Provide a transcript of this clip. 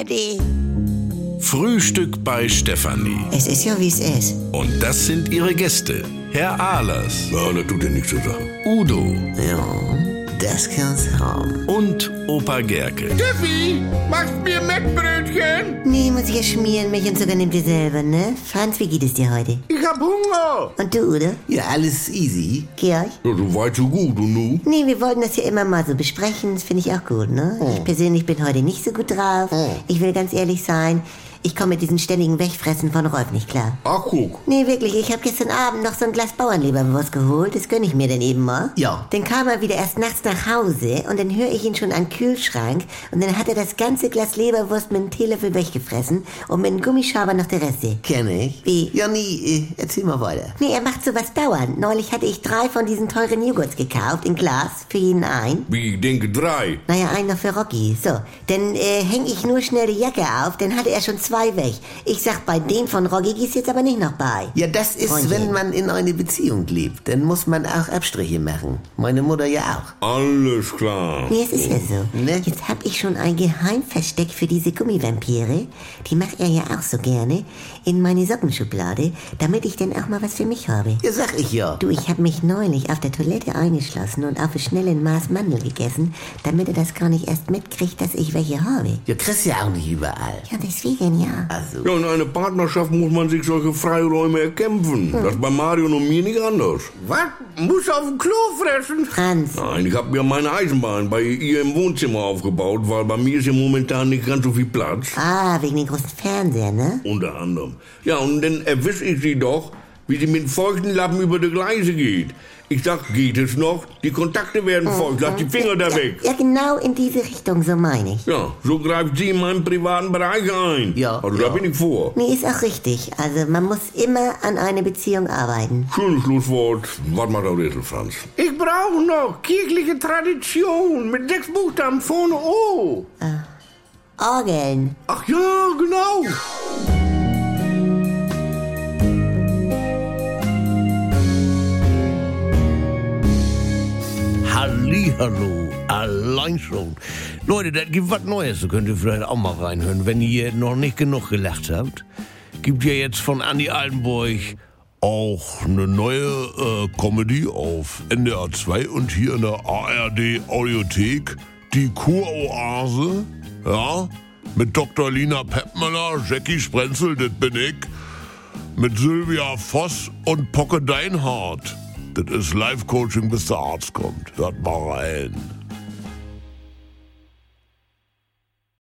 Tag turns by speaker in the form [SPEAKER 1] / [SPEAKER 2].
[SPEAKER 1] Eddie.
[SPEAKER 2] Frühstück bei Stefanie.
[SPEAKER 1] Es ist ja, wie es ist.
[SPEAKER 2] Und das sind ihre Gäste. Herr Ahlers,
[SPEAKER 3] Ja, das tut dir nichts zu sagen.
[SPEAKER 2] Udo
[SPEAKER 1] Ja, das kann's haben.
[SPEAKER 2] und Opa Gerke.
[SPEAKER 4] Tiffy, machst mir Mettbrötchen?
[SPEAKER 1] Nee, muss ich ja schmieren, mich und sogar nimmt ihr selber, ne? Franz, wie geht es dir heute?
[SPEAKER 4] Ich hab Hunger.
[SPEAKER 1] Und du, oder?
[SPEAKER 5] Ja, alles easy.
[SPEAKER 1] Georg?
[SPEAKER 3] Ja, so weit, so gut, und nu?
[SPEAKER 1] Nee, wir wollten das ja immer mal so besprechen. Das finde ich auch gut, ne?
[SPEAKER 4] Hm.
[SPEAKER 1] Ich persönlich bin heute nicht so gut drauf. Ich will ganz ehrlich sein. Ich komme mit diesem ständigen Wegfressen von Rolf nicht klar.
[SPEAKER 3] Ach, guck.
[SPEAKER 1] Nee, wirklich, ich habe gestern Abend noch so ein Glas Bauernleberwurst geholt. Das gönn ich mir dann eben mal.
[SPEAKER 5] Ja.
[SPEAKER 1] Dann kam er wieder erst nachts nach Hause und dann höre ich ihn schon am Kühlschrank. Und dann hat er das ganze Glas Leberwurst mit einem Teelöffel weggefressen und mit einem Gummischaber noch der Reste.
[SPEAKER 5] Kenn ich.
[SPEAKER 1] Wie?
[SPEAKER 5] Ja, nee, äh, erzähl mal weiter.
[SPEAKER 1] Nee, er macht sowas dauernd. Neulich hatte ich drei von diesen teuren Joghurts gekauft, in Glas, für jeden ein.
[SPEAKER 3] Wie, ich denke, drei.
[SPEAKER 1] Naja, einer für Rocky. So, dann äh, häng ich nur schnell die Jacke auf, dann hatte er schon zwei weg. Ich sag, bei dem von Rocky gießt jetzt aber nicht noch bei.
[SPEAKER 5] Ja, das ist,
[SPEAKER 1] Freundchen.
[SPEAKER 5] wenn man in eine Beziehung lebt. Dann muss man auch Abstriche machen. Meine Mutter ja auch.
[SPEAKER 3] Alles klar.
[SPEAKER 1] Nee, es ist ja so.
[SPEAKER 5] Ne?
[SPEAKER 1] Jetzt hab ich schon ein Geheimversteck für diese Gummivampire. Die macht er ja auch so gerne. In meine Sockenschublade, damit ich dann auch mal was für mich habe.
[SPEAKER 5] Ja, sag ich ja.
[SPEAKER 1] Du, ich hab mich neulich auf der Toilette eingeschlossen und auf schnellen Maß Mandel gegessen, damit er das gar nicht erst mitkriegt, dass ich welche habe.
[SPEAKER 5] Ja, kriegst ja auch nicht überall.
[SPEAKER 1] Ja, deswegen ja.
[SPEAKER 5] Also,
[SPEAKER 3] Ja, in einer Partnerschaft muss man sich solche Freiräume erkämpfen. Das ist bei Mario und mir nicht anders.
[SPEAKER 4] Hm. Was? Muss auf dem Klo fressen?
[SPEAKER 1] Franz,
[SPEAKER 3] Nein, ich habe mir meine Eisenbahn bei ihr im Wohnzimmer aufgebaut, weil bei mir ist ja momentan nicht ganz so viel Platz.
[SPEAKER 1] Ah, wegen den großen Fernseher, ne?
[SPEAKER 3] Unter anderem. Ja, und dann erwisch ich sie doch, wie sie mit feuchten Lappen über die Gleise geht. Ich sag, geht es noch? Die Kontakte werden
[SPEAKER 4] Mhm.
[SPEAKER 3] feucht, lass die Finger da weg.
[SPEAKER 1] Ja, genau in diese Richtung, so meine ich.
[SPEAKER 3] Ja, so greift sie in meinen privaten Bereich ein.
[SPEAKER 5] Ja,
[SPEAKER 3] Also da
[SPEAKER 5] ja.
[SPEAKER 3] bin ich vor.
[SPEAKER 1] Nee, ist auch richtig. Also, man muss immer an eine Beziehung arbeiten.
[SPEAKER 3] Schönes Schlusswort. Warte mal da ein bisschen, Franz.
[SPEAKER 4] Ich brauche noch kirchliche Tradition mit sechs Buchstaben vorne O.
[SPEAKER 1] Orgeln.
[SPEAKER 4] Ach ja, genau.
[SPEAKER 6] Hallihallo, allein schon. Leute, das gibt was Neues, da könnt ihr vielleicht auch mal reinhören. Wenn ihr noch nicht genug gelacht habt, gibt ja jetzt von Andy Altenburg auch eine neue äh, Comedy auf NDR 2 und hier in der ARD Audiothek. Die Kuroase, ja, mit Dr. Lina Peppmüller, Jackie Sprenzel, das bin ich mit Sylvia Voss und Pocke Deinhardt. Das ist Live-Coaching, bis der Arzt kommt. Hört mal rein.